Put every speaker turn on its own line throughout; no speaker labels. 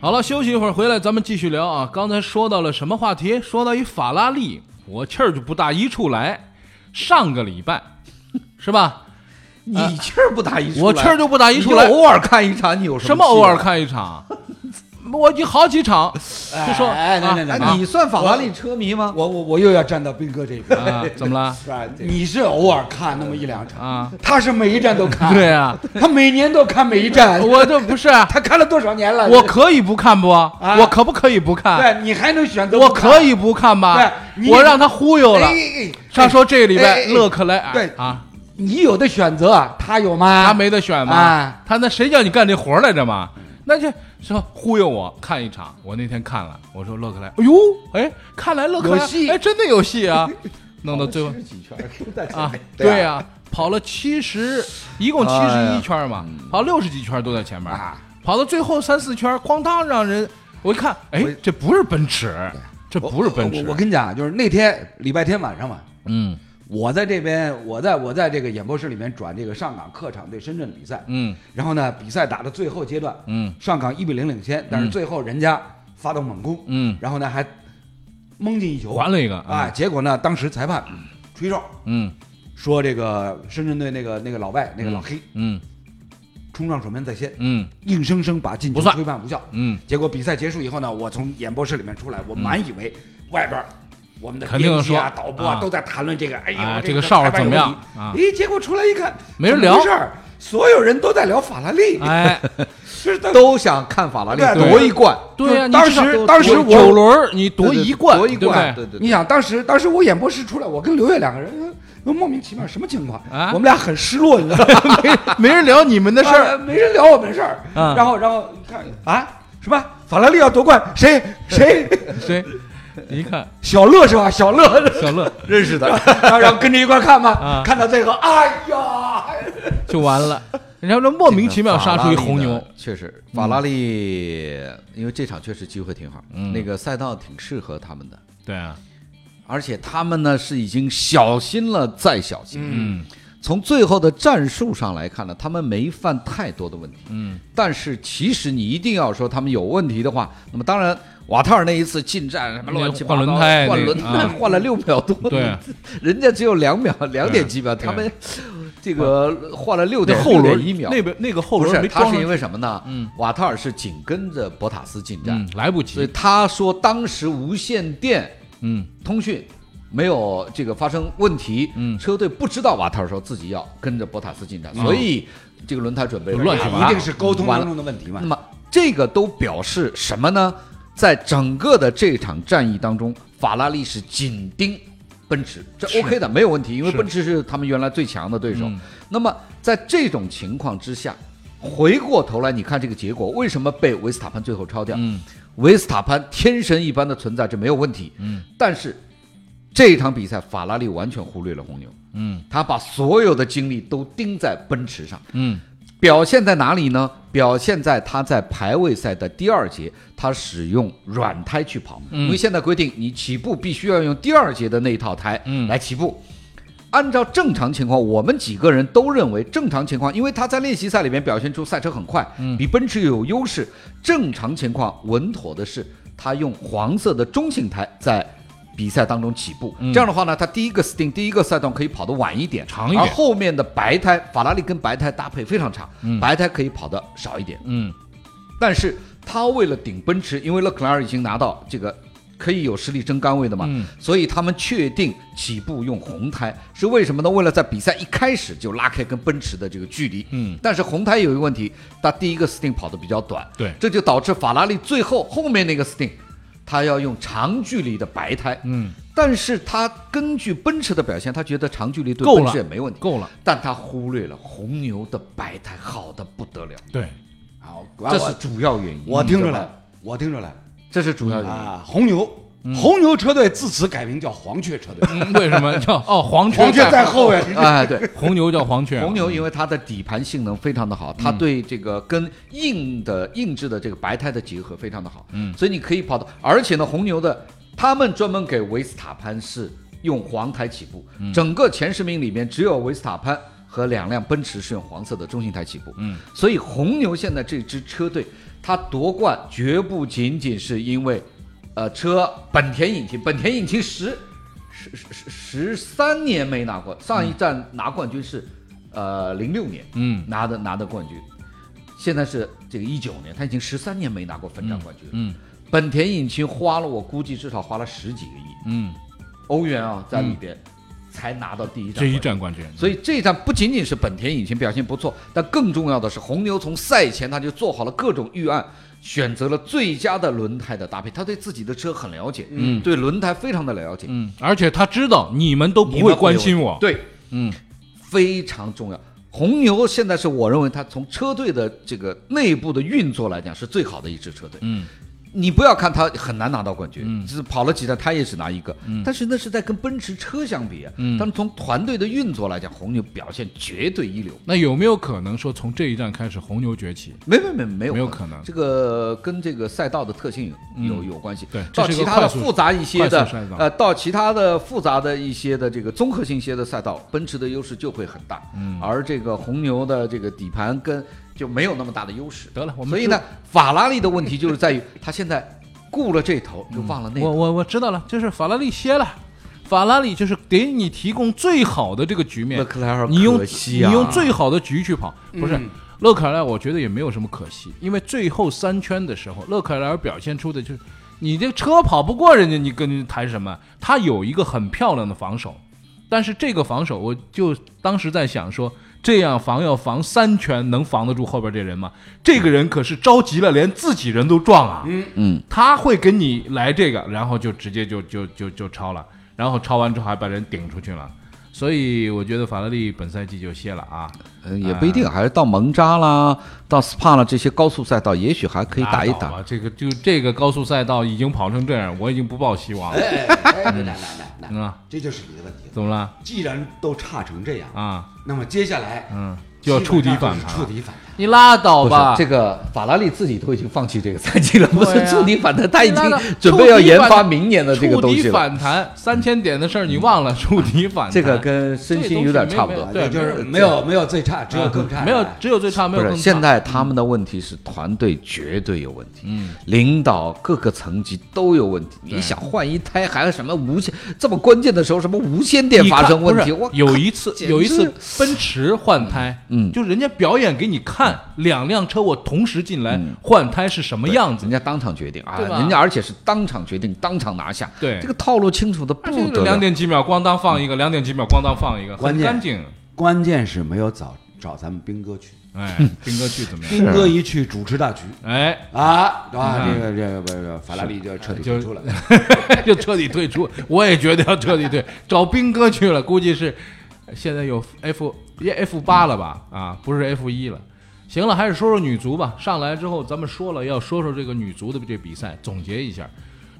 好了，休息一会儿，回来咱们继续聊啊。刚才说到了什么话题？说到一法拉利，我气儿就不打一处来。上个礼 拜，是吧？
啊
你气儿不打一处来，
我气儿就不打一处
你
来
就。偶尔看一场，你有
什
么
么
气
偶尔
啊？
看一场？我有好几场，就说
哎，
啊
等等等
哎，
等，
你算法拉利车迷吗？
我我我又要站到斌哥这 边。
啊，怎么了？
你是偶尔看那么一两场，
啊，
哎他是每一站都看。
对啊，
他每年都看每一 站。
我这不是，啊
他看了多少年了？
我可以不看不？啊我可不可以不看？
啊对你还能选择
我
不看？
可以不看吧？
对你
我让他忽悠了。
哎。哎
他说这礼
哎哎
拜
哎
勒克莱尔
对
啊，
你有的选择啊，他有吗？
他没得选嘛
啊，
他那谁叫你干这活儿来着嘛？那就说忽悠我看一场，我那天看了，我说勒克莱，哎呦，哎，看来勒克莱
有戏
哎真的有戏 啊，弄到最后
跑了十几圈都在前
啊
面，
对呀、跑了七十，一共七
哎
十一
呀
圈嘛，跑六十几圈都在前面，
啊
跑到最后三四圈，哐当让人我一看，哎
我，
这不是奔驰，这不是奔驰，
我我跟你讲，啊就是那天礼拜天晚上嘛，
嗯
我在这边，我在我在这个演播室里面转这个上港客场对深圳的比赛，
嗯
然后呢，比赛打到最后阶段，
嗯
上港一比零领先，但是最后人家发动猛攻，
嗯，
然后呢还蒙进一球，
还了嗯一个
啊，，结果呢，当时裁判吹哨
嗯
说这个深圳队那个那个老外那个老黑
嗯
冲上守门在先，
嗯
硬生生把进
不
球
算
吹判无效。
嗯，
结果比赛结束以后呢，我从演播室里面出来，我满以为外边儿我们的
肯定
编辑啊、
说
导播啊
啊
都在谈论这个，哎呦，
啊
这
这个哨儿
裁判
怎么样
有问题
啊
咦，结果出来一看，
没人聊
怎么回事儿所有人都在聊法拉利，
哎。
就是都
都想看法拉利
对啊
夺一冠。
对呀、
就是
你
当
至少
时当时
九
我
九轮儿你夺
对对
一冠，
夺一
对不
冠，
对
对对
你想当时，当时我演播室出来，我跟刘烨两个人呃莫名其妙什么情况？
啊
我们俩很失落，你知道吗？
没人聊你们的事
啊
儿。
没人聊我们的事儿。
嗯
然后，然后一看啊，什么法拉利要夺冠？谁谁？
谁？一看
小乐是吧？小乐，
小乐
认识的，
然后然后跟着一块儿看
啊
吧。看到最后，哎呀，
就完了， 人家这莫名其妙杀出一红牛，，
确实，法拉利因为这场确实机会挺好，
嗯
那个赛道挺适合他们的，
对啊，
而且他们呢是已经小心了再小心。
嗯
从最后的战术上来看呢，他们没犯太多的问题。
嗯，
但是其实你一定要说他们有问题的话，那么当然瓦特尔那一次进站什么乱七八糟
那个换轮胎
换
那个
轮胎
啊
换了六秒多，
对，啊
人家只有两秒两
对啊
点几秒，
对
他们这个换了六点
那后轮
一秒，
那边那个后
不
轮
是
没
他
装
是
上
因为什么呢？
嗯
瓦特尔是紧跟着博塔斯进站，
嗯，来不
所以
及，
他说当时无线电
嗯
通讯没有这个发生问题，
嗯
车队不知道瓦特尔说自己要跟着博塔斯进站，
嗯
所以这个轮胎准备
乱七八糟
一定是沟通
完
当
了。
中的问题嘛
那。么这个都表示什么呢？在整个的这场战役当中，法拉利是紧盯奔驰，这
是
OK 的，没有问题，因为
是
奔驰是他们原来最强的对手。
嗯
那么在这种情况之下，回过头来你看这个结果，为什么被维斯塔潘最后超掉？
嗯
维斯塔潘天神一般的存在，这没有问题。
嗯
但是这一场比赛，法拉利完全忽略了红牛，
嗯
他把所有的精力都盯在奔驰上。
嗯
表现在哪里呢？表现在他在排位赛的第二节，他使用软胎去跑，
嗯
因为现在规定你起步必须要用第二节的那一套胎
嗯
来起步。按照正常情况，我们几个人都认为正常情况，因为他在练习赛里面表现出赛车很快，
嗯
比奔驰有优势。正常情况，稳妥的是他用黄色的中性胎在比赛当中起步，
嗯
这样的话呢，他第一个 sting 第一个赛段可以跑得晚一点，
长一点
而后面的白胎，法拉利跟白胎搭配非常差，
嗯
白胎可以跑得少一点。
嗯
但是他为了顶奔驰，因为勒克莱尔已经拿到这个可以有实力争杆位的嘛，
嗯
所以他们确定起步用红胎是为什么呢？为了在比赛一开始就拉开跟奔驰的这个距离。
嗯，
但是红胎有一个问题，它第一个 sting 跑得比较短，
对，
这就导致法拉利最后后面那个 sting，它要用长距离的白胎。
嗯
但是他根据奔驰的表现，他觉得长距离对
够
奔
了
驰也没问题，
够了，
但他忽略了红牛的白胎好的不得了，
对，
好，完
这
了
是主要原因。
我我
你
听
知
出
道
来
吧，，
我听出来
这是主要原因。
啊，红牛，红牛车队自此改名叫黄雀车队，
嗯为什么 叫哦黄雀
黄雀在后呀。
哎，对，
红牛叫黄雀，啊
红牛因为它的底盘性能非常的好，它对这个跟硬的硬质的这个白胎的结合非常的好，
嗯
所以你可以跑到，而且呢，红牛的他们专门给维斯塔潘是用黄胎起步，整个前十名里面只有维斯塔潘和两辆奔驰是用黄色的中性胎起步，
嗯
所以红牛现在这支车队他夺冠绝不仅仅是因为，呃，车本田引擎，本田引擎十十十十三年没拿过，上一站拿冠军是，呃，零六年，
嗯
拿的拿的冠军，现在是这个一九年，他已经十三年没拿过分站冠军了。
嗯
本田引擎花了，我估计至少花了十几个亿
嗯，
欧元啊，在里边、才拿到第一站。
这一。站冠军，
所以这一站不仅仅是本田引擎表现不错，但更重要的是，红牛从赛前他就做好了各种预案，选择了最佳的轮胎的搭配。他对自己的车很了解，
嗯
对轮胎非常的了解，
嗯，而且他知道你们都
你
不
们
会关心我，
对，
嗯
非常重要。红牛现在是我认为它从车队的这个内部的运作来讲是最好的一支车队。
嗯
你不要看他很难拿到冠军，只跑了几站他也只拿一个，
嗯
但是那是在跟奔驰车相比啊。但是从团队的运作来讲，红牛表现绝对一流。
那有没有可能说从这一站开始红牛崛起？
没没没没有
没有可能嗯
这个跟这个赛道的特性有有有关系。
对
到
这是
其
一个
他的
快速
复杂一些
快
的
速赛道
呃，到其他的复杂的一些的这个综合性一些的赛道，奔驰的优势就会很大。嗯，而这个红牛的这个底盘跟就没有那么大的优势。
得了我们
所以呢，法拉利的问题就是在于他现在顾了这头就忘了那
我
头。
我我知道了，就是法拉利歇了，法拉利就是给你提供最好的这个局面
勒，克莱尔
你用
可惜啊
你用最好的局去跑，不是
嗯
勒克莱尔，我觉得也没有什么可惜，因为最后三圈的时候，勒克莱尔表现出的就是你这车跑不过人家，你跟人谈什么？他有一个很漂亮的防守，但是这个防守，我就当时在想说。这样防要防三圈，能防得住后边这人吗？这个人可是着急了，连自己人都撞啊！
嗯，
他会跟你来这个，然后就直接就就就就超了，然后超完之后还把人顶出去了，所以我觉得法拉利本赛季就歇了啊，
呃也不一定，还是到蒙扎啦，到 SPA 啦这些高速赛道，也许还可以打一
拉倒
打。
吧。这个就这个高速赛道已经跑成这样，我已经不抱希望了
哎，哎来来来来
嗯啊！
这就是你的问题了。
怎么了
既然都差成这样，
啊？
那么接下来
嗯，就要触底反
基本上就是
弹
触。底反弹。
你拉倒
不是
吧，
这个法拉利自己都已经放弃这个赛 季了，不
对
是
啊
触底反弹，他已
你拉
经
倒
准备要
触底
研
反
发明年的这个
触
东
底
西了。
反弹三千点的事儿你忘了？触底反弹
这个跟身心有点差不多
这东西没没有对，
对，就是没有没有最差，只啊有更差的。
没有只有最差，没
不
有更
是，
差
现在他们的问题是团队绝对有问题，嗯，领导各个层级都有问题。你想换一胎，还有什么无线？这么关键的时候，什么无线电
你看
发生问题？
不是
我
有一次
简直
有一次奔驰换胎，
嗯
就人家表演给你看，两辆车我同时进来
嗯
换胎是什么样子
人，家当场决定啊，
对吧
人家而且是当场决定，当场拿下。
对
这个套路清楚的
啊
嗯不
这个
得
两
了。
点几秒咣当放一个，两点几秒咣当放一个，
关
很
键
干净。
关键是没有找找咱们兵哥去，
哎，兵哥去怎么样？
兵哥一去主持大局
哎，
啊啊！
嗯
这个这个不是法拉利就彻底
就
退出了。
就彻底退出。我也觉得要彻底退，找兵哥去了，估计是现在有 F 也 F 八了吧？啊，不是 F 一了。行了，还是说说女足吧。上来之后，咱们说了要说说这个女足的这比赛，总结一下。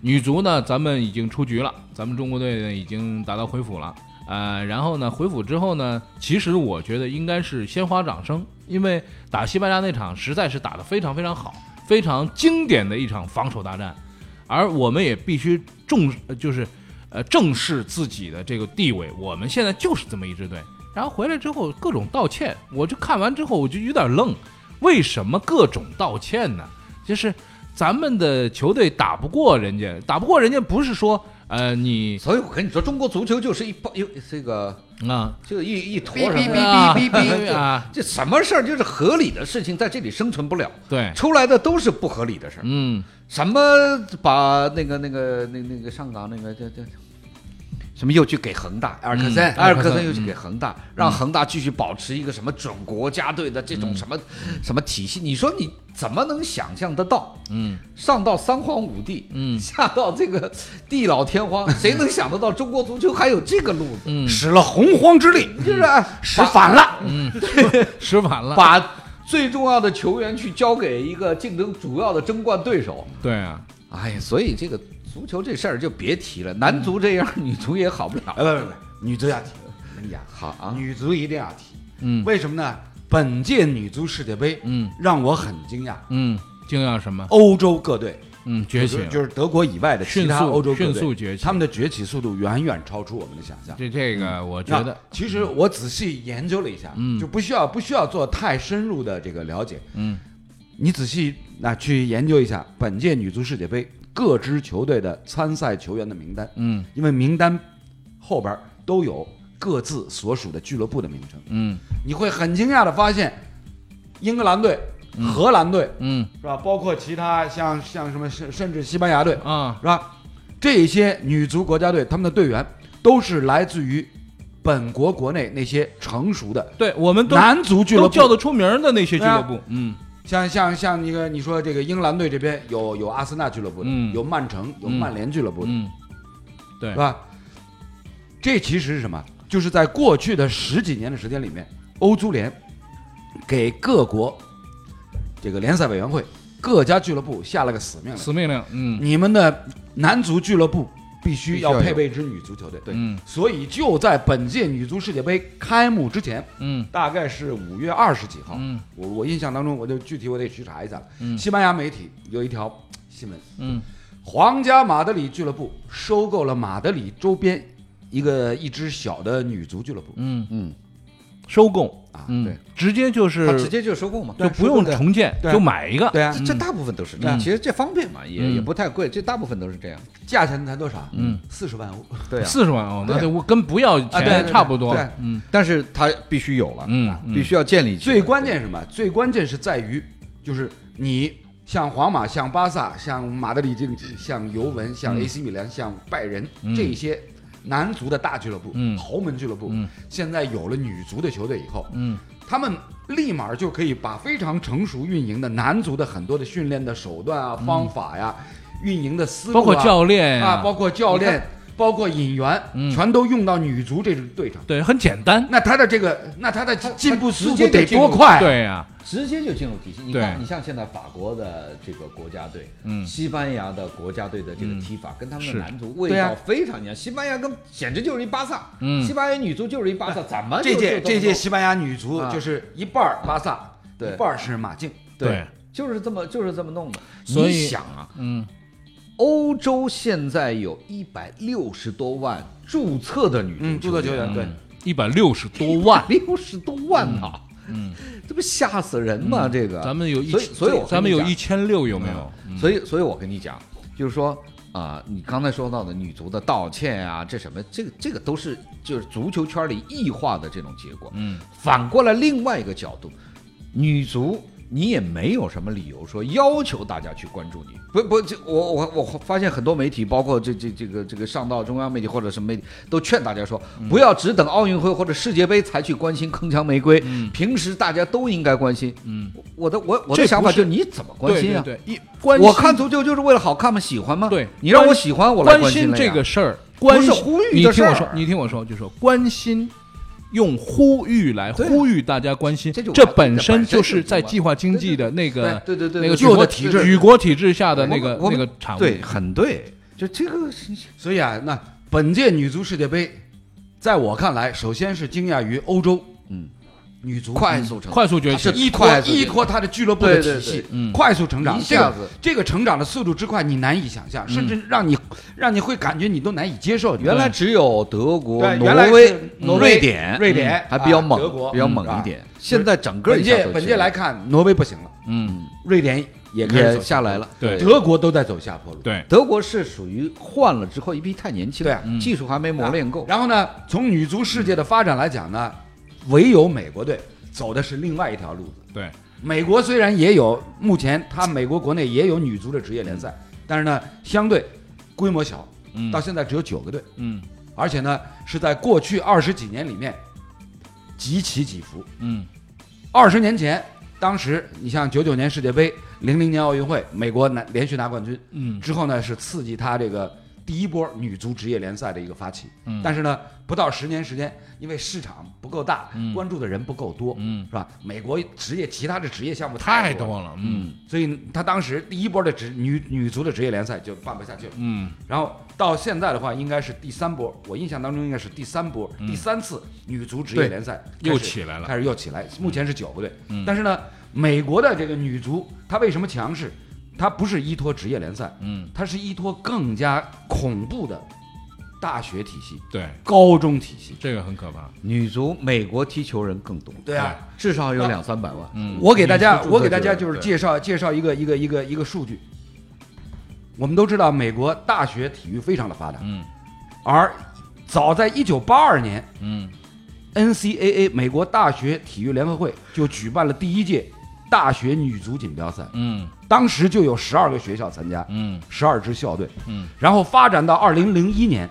女足呢，咱们已经出局了，咱们中国队呢已经达到恢复了。呃，然后呢，恢复之后呢，其实我觉得应该是鲜花掌声，因为打西班牙那场实在是打得非常非常好，非常经典的一场防守大战。而我们也必须重，呃就是呃正视自己的这个地位。我们现在就是这么一支队。然后回来之后各种道歉，我就看完之后我就有点愣，为什么各种道歉呢？就是咱们的球队打不过人家，打不过人家不是说呃你
所以我跟你说，中国足球就是一帮有这个
啊
就一一坨什么的。
啊啊，
这什么事儿就是合理的事情，在这里生存不了，
对，
出来的都是不合理的事儿。
嗯，
什么把那个那个那那个上港那个这这什么又去给恒大，
尔克森
埃尔克森又去给恒大，让恒大继续保持一个什么准国家队的这种什么、什么体系？你说你怎么能想象得到？嗯，上到三皇五帝，嗯，下到这个地老天荒，谁能想得到中国足球还有这个路子？嗯，
使了洪荒之力，
就是啊
使反
嗯
了。
使反 了，
把最重要的球员去交给一个竞争主要的争冠对手。
对啊，
哎呀，所以这个足球这事儿就别提了，男足这样，女足也好不了。
哎，不不不，女足要提，我跟你讲，
好啊，
女足一定要提。
嗯
为什么呢？本届女足世界杯，
嗯，
让我很惊讶，
嗯，惊讶什么？
欧洲各队
嗯，崛起
就
了
是，就是德国以外的其
迅
他
速
欧洲各
迅
队
速崛起
他们的崛起速度远远超出我们的想象。
这这个我觉得嗯
那其实我仔细研究了一下，就不需要不需要做太深入的这个了解。
嗯，
你仔细那去研究一下本届女足世界杯各支球队的参赛球员的名单，
嗯
因为名单后边都有各自所属的俱乐部的名称。
嗯
你会很惊讶的发现，英格兰队、荷兰队
嗯
是吧？包括其他像像什么甚甚至西班牙队
啊
是吧？这些女足国家队他们的队员都是来自于本国国内那些成熟的
对我们都
男足俱乐
都
部，
叫得出名儿的那些俱乐
对
部，嗯
像像像那个你说这个英格兰队这边有有阿森纳俱乐部的，
嗯
有曼城，有
嗯
曼联俱乐部的，
嗯，对
是吧？这其实是什么？就是在过去的十几年的时间里面，欧足联给各国这个联赛委员会各家俱乐部下了个死命令：
死命令，嗯
你们的男足俱乐部必须
必须要
要
有
配备一支女足球队。对
嗯
所以就在本届女足世界杯开幕之前，
嗯
大概是五月二十几号，
嗯
我我印象当中，我就具体我得去查一下了。
嗯
西班牙媒体有一条新闻，
嗯
皇家马德里俱乐部收购了马德里周边一个一支小的女足俱乐部
嗯
嗯，
收购
啊，
嗯
对，
直接就是
他直接就收购嘛，
就不用重建，
对
就买一个，
对啊，
这这大部分都是这样，其实这方便嘛，也也不太贵，这大部分都是这样。
价钱才多少？
嗯，
四十万欧。
对啊，
四十万哦，那
对
就我跟不要
啊对对
钱
对
差不多
对，
嗯
但是它必须有了，
嗯嗯
必须要建立起来。
最关键是什么？最关键是在于，就是你像皇马、像巴萨、像马德里竞技、像尤文、像 AC 米兰、像拜仁、这些男足的大俱乐部、
嗯
豪门俱乐部，
嗯
现在有了女足的球队以后，
嗯
他们立马就可以把非常成熟运营的男足的很多的训练的手段啊、方法呀、运营的思路、啊，
包括教练呀
啊，包括教练，包括引援，
嗯
全都用到女足这支队上。
对，很简单，
那他的这个，那他的进步
直
速
接
度
就
得
进入
多快啊？
对呀，
直接就进入体系。你
对
看，你像现在法国的这个国家队，
嗯
西班牙的国家队的这个踢法，跟他们的
是
男足味
对
道
啊
非常一样。西班牙跟简直就是一巴萨，
嗯
西班牙女足就是一巴萨，怎啊么就
这届
就
这
么
届西班牙女足
啊
就是一半儿巴萨，
对
一半儿是马竞。
对，
就是这么就是这么弄的。
所以
你想啊，
嗯
欧洲现在有一百六十多万注册的女
嗯
足
注册
球，
球员对
嗯，一百六十多万
六十多万啊！
嗯，
这不吓死人吗？这个
咱们有一
所以
千
所以我跟
咱们
你
有
讲
一千六有没有？
嗯
嗯
所以，所以我跟你讲，就是说啊、你刚才说到的女足的道歉啊，这什么，这个这个都是就是足球圈里异化的这种结果。
嗯，
反过来另外一个角度，女足你也没有什么理由说要求大家去关注你。不不，这我我我发现很多媒体，包括这这这个这个上到中央媒体或者什么媒体，都劝大家说，
嗯
不要只等奥运会或者世界杯才去关心铿锵玫瑰，平时大家都应该关心。
嗯，
我的我我
这
的
不
想法就是是你怎么关心啊？
对，对对一关
我
心
看足球就是为了好看吗？喜欢吗？
对
你让
关
我喜欢，我来
关
心了呀
这个事儿，关
是
心
呼吁
你
的
听我
事
说
儿，啊
你听我说，就说关心，用呼吁来
对啊
呼吁大家关心
这就，
这
完
本
这
身
本身
就
就是是
在
嘛
计划经济的那
哎
个
对对对对
那个
对
举
旧的
国
体制
举国体制下的那
我
个
们我
那
们
个产物，
对，很对，就这个是
所以啊，那本届女足世界杯，在我看来，首先是惊讶于欧洲，
嗯，
女足嗯
快速成长
快速崛
它
起
是，
依托
快速
依托她的俱乐部的
对对
体系
对，
嗯
快速成长，
一
这
下
个
子嗯
这个成长的速度之快，你难以想象，甚至让你让你会感觉你都难以接受。
原来只有德国、
对
挪
原来是
威、嗯
挪威嗯
瑞典、嗯
瑞典
还比较猛
啊德国，
比较猛
嗯
一点。现在整个
本
一下
届
都
本
起
届来看，挪威不行了，
嗯，
瑞典也开始
也
走
下来了，
对
德国都在走下坡路。
对，
德国是属于换了之后一批太年轻，嗯
对啊
技术还没磨练够。
然后呢，从女足世界的发展来讲呢，唯有美国队走的是另外一条路子。
对，
美国虽然也有，目前它美国国内也有女足的职业联赛，但是呢，相对规模小，
嗯
到现在只有九个队，
嗯
而且呢是在过去二十几年里面几起几伏。
嗯
二十年前，当时你像九九年世界杯、零零年奥运会，美国拿连续拿冠军，
嗯
之后呢是刺激他这个第一波女足职业联赛的一个发起。
嗯
但是呢，不到十年时间，因为市场不够大，
嗯
关注的人不够多，
嗯，
是吧？美国职业其他的职业项目
太
多了，
多了，嗯
所以他当时第一波的职女女足的职业联赛就办不下去了。
嗯
然后到现在的话，应该是第三波，我印象当中应该是第三波、第三次女足职业联赛
嗯又
开始
起来了嗯
开始又起来，目前是九个队。但是呢，美国的这个女足，它为什么强势？它不是依托职业联赛，
嗯
它是依托更加恐怖的大学体系、
对，
高中体系。
这个很可怕。
女足美国踢球人更多，
对啊，嗯
至少有两三百万。
嗯
我给大家，
女足
我给大家
注册制
就是
对
介绍介绍一个一个一个一个数据。我们都知道，美国大学体育非常的发达，
嗯
而早在一九八二年
嗯
，NCAA 美国大学体育联合会就举办了第一届大学女足锦标赛，
嗯
当时就有十二个学校参加，
嗯
十二支校队，
嗯
然后发展到二零零一年，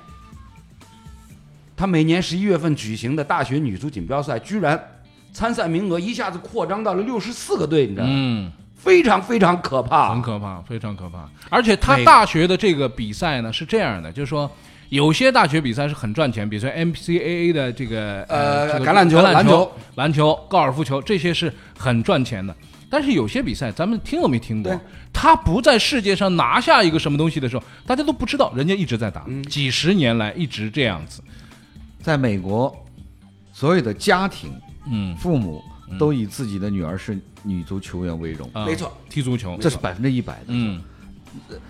他每年十一月份举行的大学女足锦标赛，居然参赛名额一下子扩张到了六十四个队，你知道吗？
嗯，
非常非常可怕
很。可怕，非常可怕。而且他
美
大学的这个比赛呢是这样的，就是说。有些大学比赛是很赚钱，比如说 NCAA 的这个
呃
这个
橄榄球
橄榄
篮球、
篮球、高尔夫球，这些是很赚钱的。但是有些比赛，咱们听都没听过
对，
他不在世界上拿下一个什么东西的时候，大家都不知道，人家一直在打，几十年来一直这样子。
在美国，所有的家庭
嗯，
父母都以自己的女儿是女足球员为荣，
啊
没错，
踢足球，
这是百分之一百的。
嗯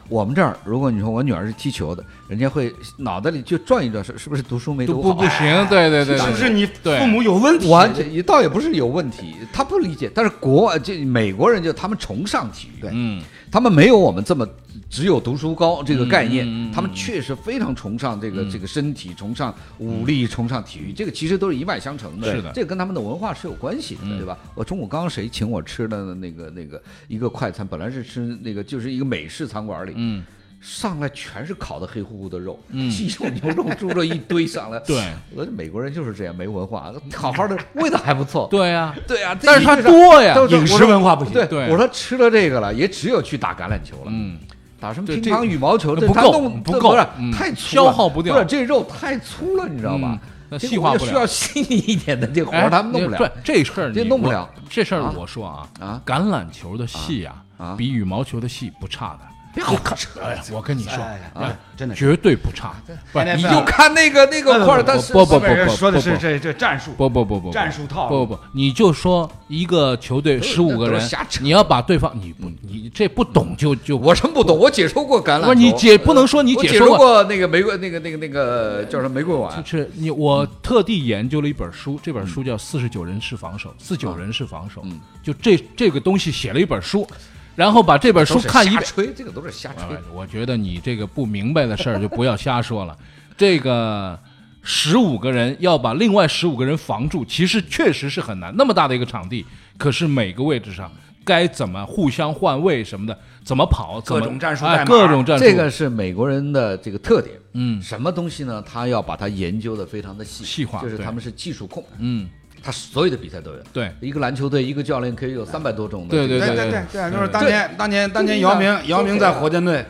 我们这儿，如果你说我女儿是踢球的，人家会脑袋里就转一转，是是不是读书没
都
读
不
好？啊
不行，对对对
是
对，
不是你
对
父母有问题？
完全也倒也不是有问题，他不理解。但是国外这美国人就他们崇尚体育，
嗯
他们没有我们这么只有读书高这个概念，
嗯嗯嗯嗯
他们确实非常崇尚这个、这个身体，崇尚武力，崇尚体育，这个其实都是一脉相承的。
是的嗯
这个跟他们的文化是有关系的，对吧？我中午刚刚谁请我吃的那个那个一个快餐，本来是吃那个就是一个美式餐馆里，
嗯，
上来全是烤的黑乎乎的肉，
嗯
鸡肉、牛肉、猪肉一堆上来。
对
我说美国人就是这样，没文化，好好的味道还不错。
对呀，
对啊，
但是它
这
多呀，
都是
饮食文化不行
对，
对
我说吃了这个了，也只有去打橄榄球了。
嗯，
打什么
对
乒
这个
乓、羽毛球，
那
这
不
它
够
弄
不
这
够
不是
嗯
太粗
消
了
耗不掉
不是这肉太粗了，你知道吧
嗯？那
这
细
我
化
就
不
需
了
要细腻一点的这活
哎
儿，他们弄不
对
了。
这事儿，
这弄不了。
这事儿
啊
我说啊
啊，
橄榄球的戏啊
啊，
比羽毛球的戏不差的。
别好看扯
哎呀，我跟你说，
哎呀哎啊真的是
绝对不差。不，
NFL
你
你就看那个那个块儿，它是
啊哎不不
日本人说的是
不
这这战术，
不不不不
战术套
不
路
不不，你就说一个球队十五个
都
人
是瞎，扯嗯
你要把对方，你不你这不懂就就
我真不懂，我解说过橄榄球，
不是你解不能说你
我
解
解
说过
过那个玫瑰，那个那个那个叫什么玫瑰碗
就，是你，我特地研究了一本书，这本书叫《四十九人式防守》，四九人式防守，
嗯
就这这个东西写了一本书，然后把这本书
都是
看一
瞎
遍。
吹，这个都是瞎吹
哎。我觉得你这个不明白的事儿就不要瞎说了。这个十五个人要把另外十五个人防住，其实确实是很难。那么大的一个场地，可是每个位置上该怎么互相换位什么的，怎么跑，怎么
各种战术代
哎，
码
各种战术，
这个是美国人的这个特点。
嗯
什么东西呢？他要把它研究的非常的细
细化
就是
对
他们是技术控，
嗯，
他所有的比赛都有。
对
一个篮球队，一个教练可以有三百多种的。
对对
对
对
对
对
对对，就是当年当年当年姚明姚明在火箭队，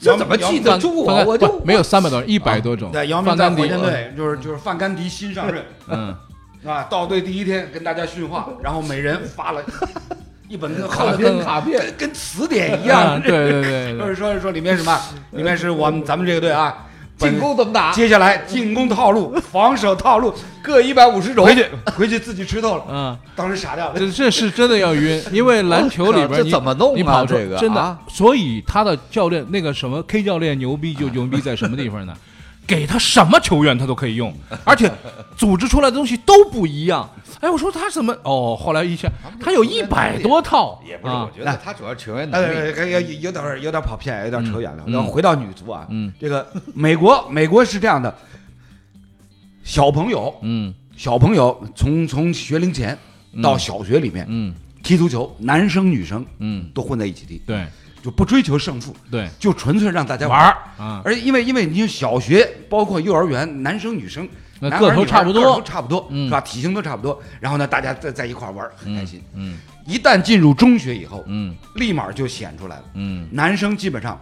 这怎么记得
范
住我
范甘
我就
不没有三百多人，一百多种。
对，姚明
范
在
甘
火
迪
箭，队就是就是范甘迪新上任，
嗯，
啊，到队第一天跟大家 训话，然后每人发了一本
嗯
跟
卡片哎卡片
跟跟词典一
啊
样，
对对对
就
对
是说说里面什么，
嗯
里面是我们咱们这个队啊，本
进攻怎么打？
接下来进攻套
嗯
路、防守套路，
各一百五十种。
回去回去自己吃透了，
嗯。
当时傻掉 了。
这这是真的要晕，因为篮球里边
这
你
怎么弄啊
你跑出
这个
真的
啊，
所以他的教练那个什么 K 教练牛逼就牛逼在什么地方呢？给他什么球员他都可以用，而且组织出来的东西都不一样。哎，我说他怎么？哦，后来一下他有一百多套，
也不是，
啊
我觉得他主要球员能力。
呃，有有有点儿有点儿跑偏，有点儿扯远了。
嗯
然后回到女足啊，
嗯，
这个美国美国是这样的，小朋友
嗯
小朋友从从学龄前到小学里面
嗯
踢足球，男生女生
嗯，
都混在一起踢，
对
就不追求胜负，
对
就纯粹让大家
玩
儿。
儿啊，
而因为因为你小学包括幼儿园，男生女生，
那
男
个
孩
头
女
差
孩
不
个
多
头差不多，
嗯
是吧？体型都差不多。然后呢，大家在在一块儿玩儿很开心。
嗯
一旦进入中学以后，
嗯
立马就显出来了。
嗯
男生基本上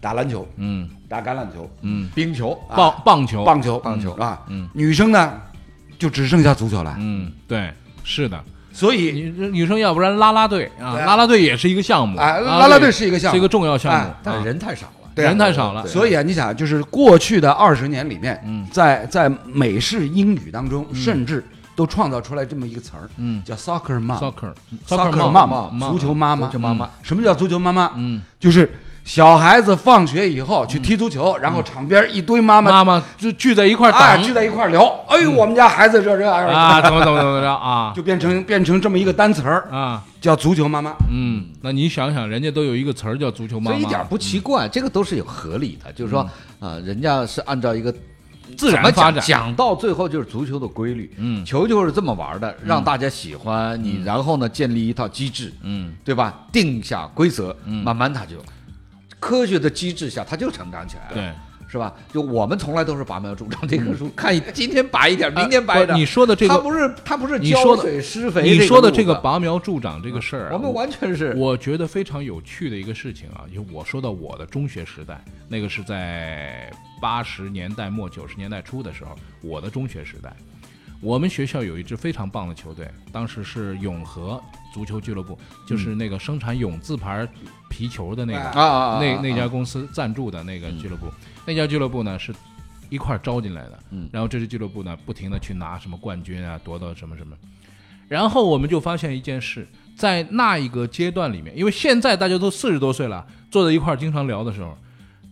打篮球、
嗯
打橄榄球、
嗯，
冰球
啊
棒棒球，
棒球、
棒球
啊，
嗯
女生呢就只剩下足球了。
嗯对，是的。
所以
女女生要不然啦啦队啊，
对啊
啦啦队也是一个项目
啊，啦啦队是一个项
是一
目
个，重要项目
哎，
但
啊
是人太少了。
对啊
人太少了，
所以啊，你想，就是过去的二十年里面，
嗯
在在美式英语当中，甚至都创造出来这么一个词儿，
嗯
叫 soccer mom。
，soccer
soccer
mom，
mom，足球妈妈，嗯
足球妈妈
嗯什么叫足球妈妈？
嗯
就是小孩子放学以后去踢足球，然后场边一堆妈妈
妈妈就聚在一块儿
啊
打
聚在一块儿聊，哎呦，我们家孩子这这啊，
啊，怎么怎么怎么着啊
就变成变成这么一个单词儿，
啊
叫足球妈妈。
嗯，那你想想，人家都有一个词儿叫足球妈妈，
所以一点不奇怪，这个都是有合理的，就是说啊，人家是按照一个
自
怎么
然
讲
发展，
讲到最后就是足球的规律，
嗯
球就是这么玩的，让大家喜欢你，然后呢，建立一套机制，
嗯
对吧？定下规则，慢慢它就科学的机制下，它就成长起来了，
对。嗯
是吧？就我们从来都是拔苗助长，这棵树看今天拔一点，明天拔一
呃不
点。
你说的这
它
个，
不是它不是
你说
浇
的
水施肥，
你说的这
这
个
路子，
拔苗助长这个事儿啊，
我们完全是
我觉得非常有趣的一个事情啊，就我说到我的中学时代，那个是在八十年代末九十年代初的时候，我的中学时代，我们学校有一支非常棒的球队，当时是永和足球俱乐部，就是那个生产“永”字牌皮球的那个、
哎
啊啊啊
那
啊
那家公司赞助的那个俱乐部，那家俱乐部呢是一块儿招进来的，
嗯
然后这支俱乐部呢不停的去拿什么冠军啊，夺到什么什么，然后我们就发现一件事，在那一个阶段里面，因为现在大家都四十多岁了，坐在一块儿经常聊的时候，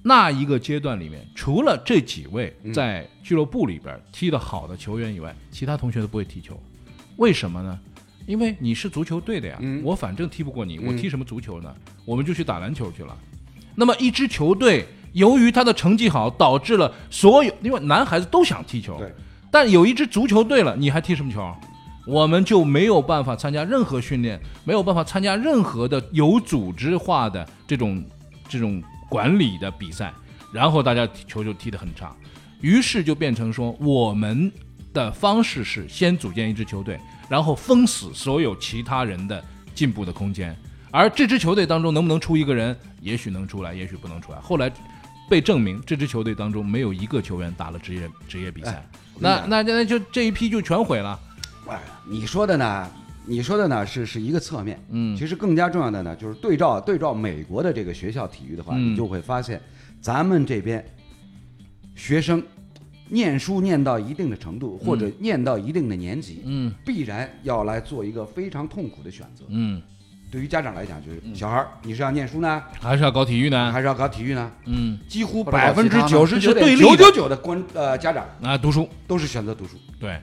那一个阶段里面，除了这几位
嗯
在俱乐部里边踢得好的球员以外，其他同学都不会踢球，为什么呢？因为你是足球队的呀，
嗯
我反正踢不过你，我
嗯
踢什么足球呢？我们就去打篮球去了。那么一支球队由于他的成绩好，导致了所有因为男孩子都想踢球
对，
但有一支足球队了，你还踢什么球？我们就没有办法参加任何训练，没有办法参加任何的有组织化的这种这种管理的比赛，然后大家球就踢得很差，于是就变成说我们的方式是先组建一支球队，然后封死所有其他人的进步的空间。而这支球队当中能不能出一个人，也许能出来，也许不能出来。后来被证明，这支球队当中没有一个球员打了职业职业比赛，那 那那那就这一批就全毁了。
哎，你说的呢？你说的呢是是一个侧面，
嗯
其实更加重要的呢，就是对照对照美国的这个学校体育的话，
嗯
你就会发现，咱们这边学生念书念到一定的程度，或者念到一定的年级，
嗯
必然要来做一个非常痛苦的选择。
嗯，
对于家长来讲，就是小孩儿，你是要念书呢，
还是要搞体育呢。
还是要搞体育呢？
嗯
几乎
或者搞
百分
其
之
他呢
九十
这是
九
对
点
立的
九九九的观呃家长
啊，读书
都是选择读书。
对，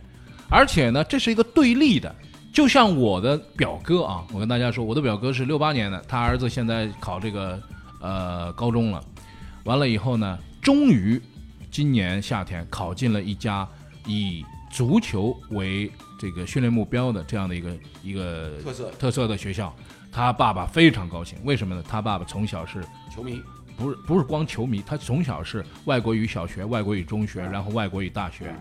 而且呢，这是一个对立的。就像我的表哥啊，我跟大家说，我的表哥是六八年的，他儿子现在考这个呃高中了，完了以后呢，终于今年夏天考进了一家以足球为这个训练目标的这样的一个一个
特色
特色的学校。他爸爸非常高兴，为什么呢？他爸爸从小是
球迷
不是不是光球迷，他从小是外国语小学、外国语中学，
嗯
然后外国语大学。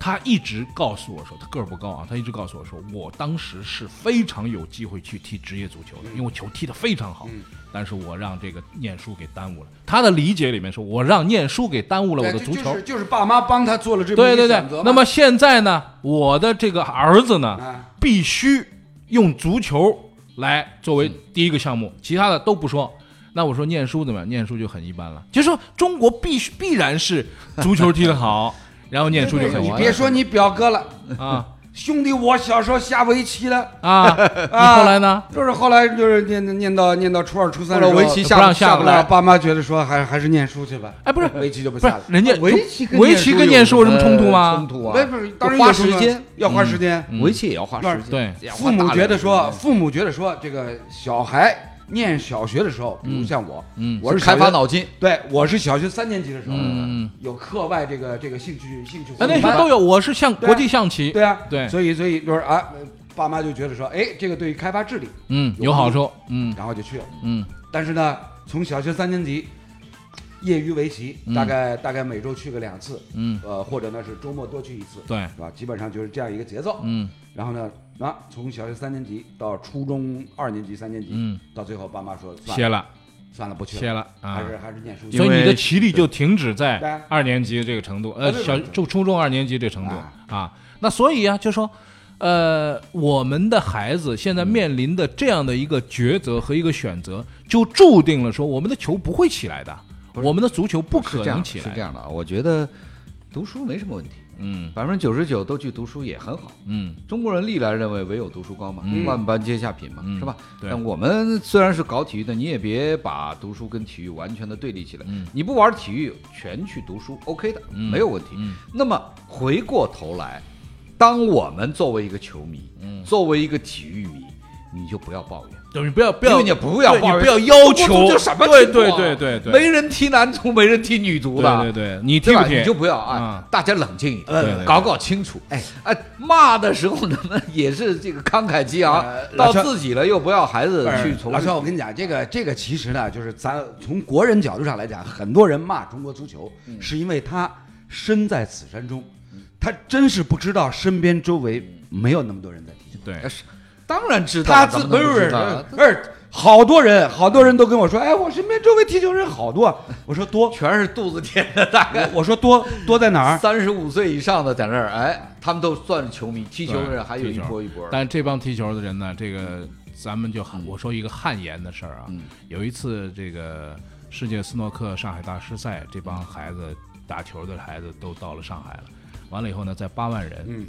他一直告诉我说，他个儿不高啊，他一直告诉我说，我当时是非常有机会去踢职业足球
嗯
的，因为我球踢得非常好，但是我让这个念书给耽误了。他的理解里面说，我让念书给耽误了我的
对
足球
就就是。就是爸妈帮他做了这么
对
一
对
个
对
选择，嘛
那么现在呢，我的这个儿子呢，
啊，
必须用足球来作
嗯
为第一个项目，其他的都不说。那我说念书怎么样？念书就很一般了。就说中国必须必然是足球踢得 好，然后念书就很一
你
般
别说你表哥了，
啊
兄弟，我小时候下围棋了，
啊！
啊
你后来呢？
就是后来就是念念到念到初二初三的时候，
后来围棋
下不让下不
那
来
爸妈觉得说还还是念书去吧，
哎，不是
围棋就不
不是
下了，，
人家啊
围棋跟
围棋跟念书有什么冲突
冲
吗？
突啊，
不是不是，当然
花
有时候
时间
要花时间。
嗯
围棋也要花时间，
对
也要花
父母
大量
觉得
的
说，
时
嗯
间
父母觉得说，这个小孩念小学的时候，比如像我，
嗯
我是
开发
小学，
脑筋，
对我是小学三年级的时候，
嗯
有课外这个这个兴趣兴趣活
哎，
动
那时候
班
都有，我是象国际象棋，
对啊，
对
所以所以就是啊，爸妈就觉得说，哎，这个对于开发智力，
嗯，有好处，嗯
然后就去了。
嗯
但是呢，从小学三年级，业余围棋，大概大概每周去个两次，
嗯，
呃，或者呢是周末多去一次，
对，
是吧？基本上就是这样一个节奏。
嗯
然后呢，啊，从小学三年级到初中二年级、三年级，
嗯，
到最后爸妈说算了，
歇了
算了，不去
歇
了，
了啊
还。是还是念书去
所
吧。
以
因为
你的棋力就停止在
对
二年级这个程度，呃
啊，对
小
对对
就初中二年级这程度
啊
啊。那所以啊，就说，呃，我们的孩子现在面临的这样的一个抉择和一个选择，就注定了说我们的球不会起来的，我们的足球不可
是这
能
样
起
是这
来。
样的啊，我觉得读书没什么问题，
嗯
百分之九十九都去读书也很好。
嗯
中国人历来认为唯有读书高嘛，
嗯
万般皆下品嘛，
嗯
是吧？
对
但我们虽然是搞体育的，你也别把读书跟体育完全的对立起来。
嗯
你不玩体育，全去读书，OK 的，
嗯
没有问题。
嗯
那么回过头来，当我们作为一个球迷，
嗯
作为一个体育迷，你就不要抱怨。
就是你不要不
因
要
为你不要
对
抱
你
怨
不要要求
中国足球什么
对
情况
对
啊
对对对，
没人踢男足，没人踢女足的，
对对对，你
对
踢不
吧？
踢
你就不要啊
嗯，
大家冷静一
对
点呃
对，
搞搞清楚。哎哎，骂的时候呢， 也是这个慷慨激昂
呃，
到
老肖
自己了又不要孩子
不是
呃去从
老肖，我跟你讲，这个这个其实呢，就是咱从国人角度上来讲，很多人骂中国足球，
嗯
是因为他身在此山中，他真是不知道身边周围没有那么多人在踢球。
对
哎是当然知道，
他自
怎么能
不
不
是呃
知道啊
不是好多人，好多人都跟我说，哎，我身边周围踢球人好多啊。我说多，哎
全是肚子填的，大概
我我说多多在哪
啊
儿？
三十五岁以上的在那儿，哎，他们都算是球迷，踢球的
对
人还有
踢
一
球
波一波的。
但这帮踢球的人呢，这个
嗯
咱们就喊我说一个汗颜的事儿啊。有一次，这个世界斯诺克上海大师赛，这帮孩子打球的孩子都到了上海了。完了以后呢，在八万人，
嗯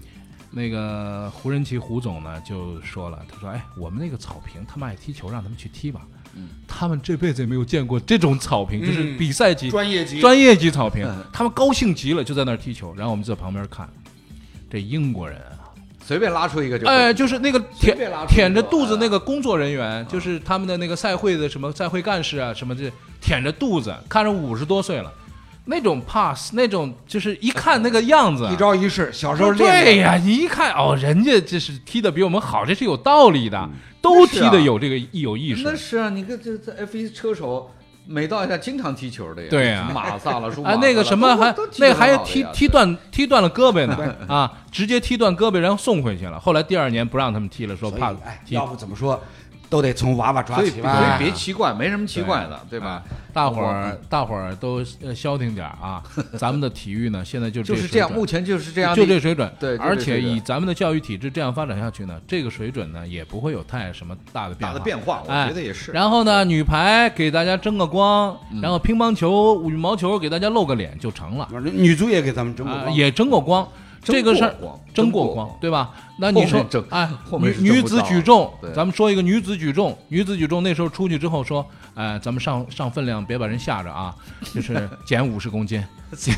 那个胡仁奇胡总呢就说了，他说：“哎，我们那个草坪，他们爱踢球，让他们去踢吧。他们这辈子也没有见过这种草坪，就是
嗯
比赛级、
专业级
专业级草坪
嗯，
他们高兴极了，就在那儿踢球。然后我们就在旁边看，这英国人啊，
随便拉出一个就
哎，就是那个
随
舔
便拉出
舔
一
着
个
肚子
哎
那个工作人员，就是他们的那个赛会的什么赛会干事啊，什么这舔着肚子，看着五十多岁了，那种 pass，那种就是一看那个样子啊，
一招一式，小时候
说
练
对
的。
呀，你一看哦，人家这是踢的比我们好，这是有道理的，都踢
那是
的
啊
有这个意有意识
那。是啊，你看这这 F 1车手，每到一下经常踢球的呀，
对啊
马萨了，舒马
啊，那个什么还那个还踢踢断踢断了胳膊呢啊，直接踢断胳膊，然后送回去了。后来第二年不让他们踢了，说
所以
怕
哎，
踢
要不怎么说，都得从娃娃抓
所以
起
所
吧。
以别奇怪，没什么奇怪的，对
啊
吧？
大伙儿
嗯
大伙儿都呃消停点儿 啊！咱们的体育呢，现在就
就是
水
这样，
准
目前就是这样的
就
一，
这水准。
对就这
而且
水准
以咱们的教育体制这样发展下去呢，这个水准呢也不会有太什么大的变化。
大的变化，我
哎
觉得也是。嗯
然后呢，女排给大家争个光，然后乒乓球、羽毛球给大家露个脸就成了，
女足也给咱们争过
啊
光，
也争过光。
争
这个事儿
过光
争
争过
过光，对吧？那你
后
说
面争，
哎，
后面
女
是
女
争不
子
到
举重
对，
咱们说一个女子举重，女子举重那时候出去之后说，哎，咱们上上分量，别把人吓着啊，就是减五十公斤，
别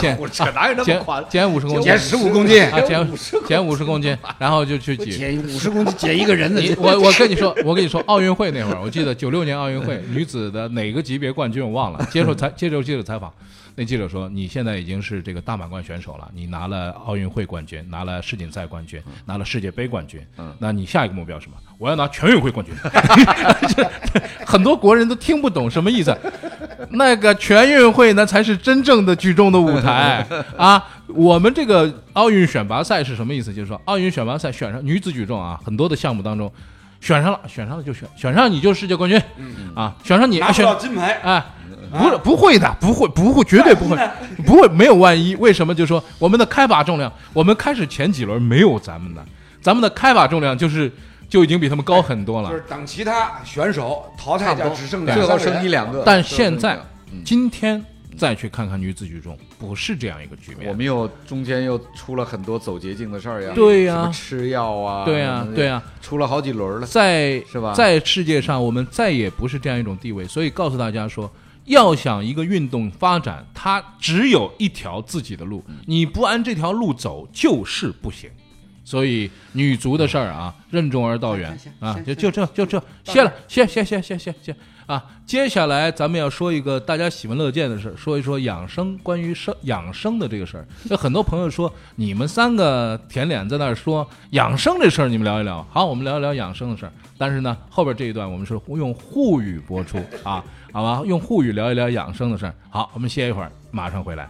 减
胡哎扯，哪有 那么
减
夸张？
减五十公斤
减，15公斤
啊，减
50公斤
减五十公斤，然后就去举。
减五十公斤减一个人的，
你我我跟你说，我跟你说，奥运会那会儿，我记得九六年奥运会女子的哪个级别冠军我忘了，接受采接受记者采访，那记者说你现在已经是这个大满贯选手了，你拿了奥运会冠军，拿了世锦赛冠军，拿了世界杯冠军，那你下一个目标是什么？我要拿全运会冠军。 就是 很多国人都听不懂什么意思。那个全运会那才是真正的举重的舞 台啊！我们这个奥运选拔赛是什么意思？就是说，奥运选拔赛选上女子举重啊，很多的项目当中选上了，选上了就选，选上你就世界冠军，啊，选上你
嗯拿
啊
不
选
到金牌，
哎，不是不会的，不会不会，绝对 不会，不会没有万一。为什么？就说我们的开把重量，我们开始前几轮没有咱们的，咱们的开把重量就是就已经比他们高很多了
就。是等其他选手淘汰掉，只剩两
最后
三个人
剩一两个，嗯
但现在
最后
今天再去看看女子举重，不是这样一个局
剩一两个我
面。
们又中间又出了很多走捷径的事儿呀，
对呀
什么吃药啊，
对呀、
什么
对呀、
出了好几轮了。
在
是吧
在世界上，我们再也不是这样一种地位。所以告诉大家说，要想一个运动发展，它只有一条自己的
嗯
路，你不按这条路走就是不行。所以女足的事儿啊，任重而道远
行行
啊，
行
就
行
就这就这，歇了，歇歇歇歇歇歇啊！接下来咱们要说一个大家喜闻乐见的事儿，说一说养生，关于生养生的这个事儿。有很多朋友说，你们三个舔脸在那儿说养生这事儿，你们聊一聊。好，我们聊一聊养生的事儿。但是呢，后边这一段我们是用沪语播出啊，好吧？用沪语聊一聊养生的事儿。好，我们歇一会儿，马上回来。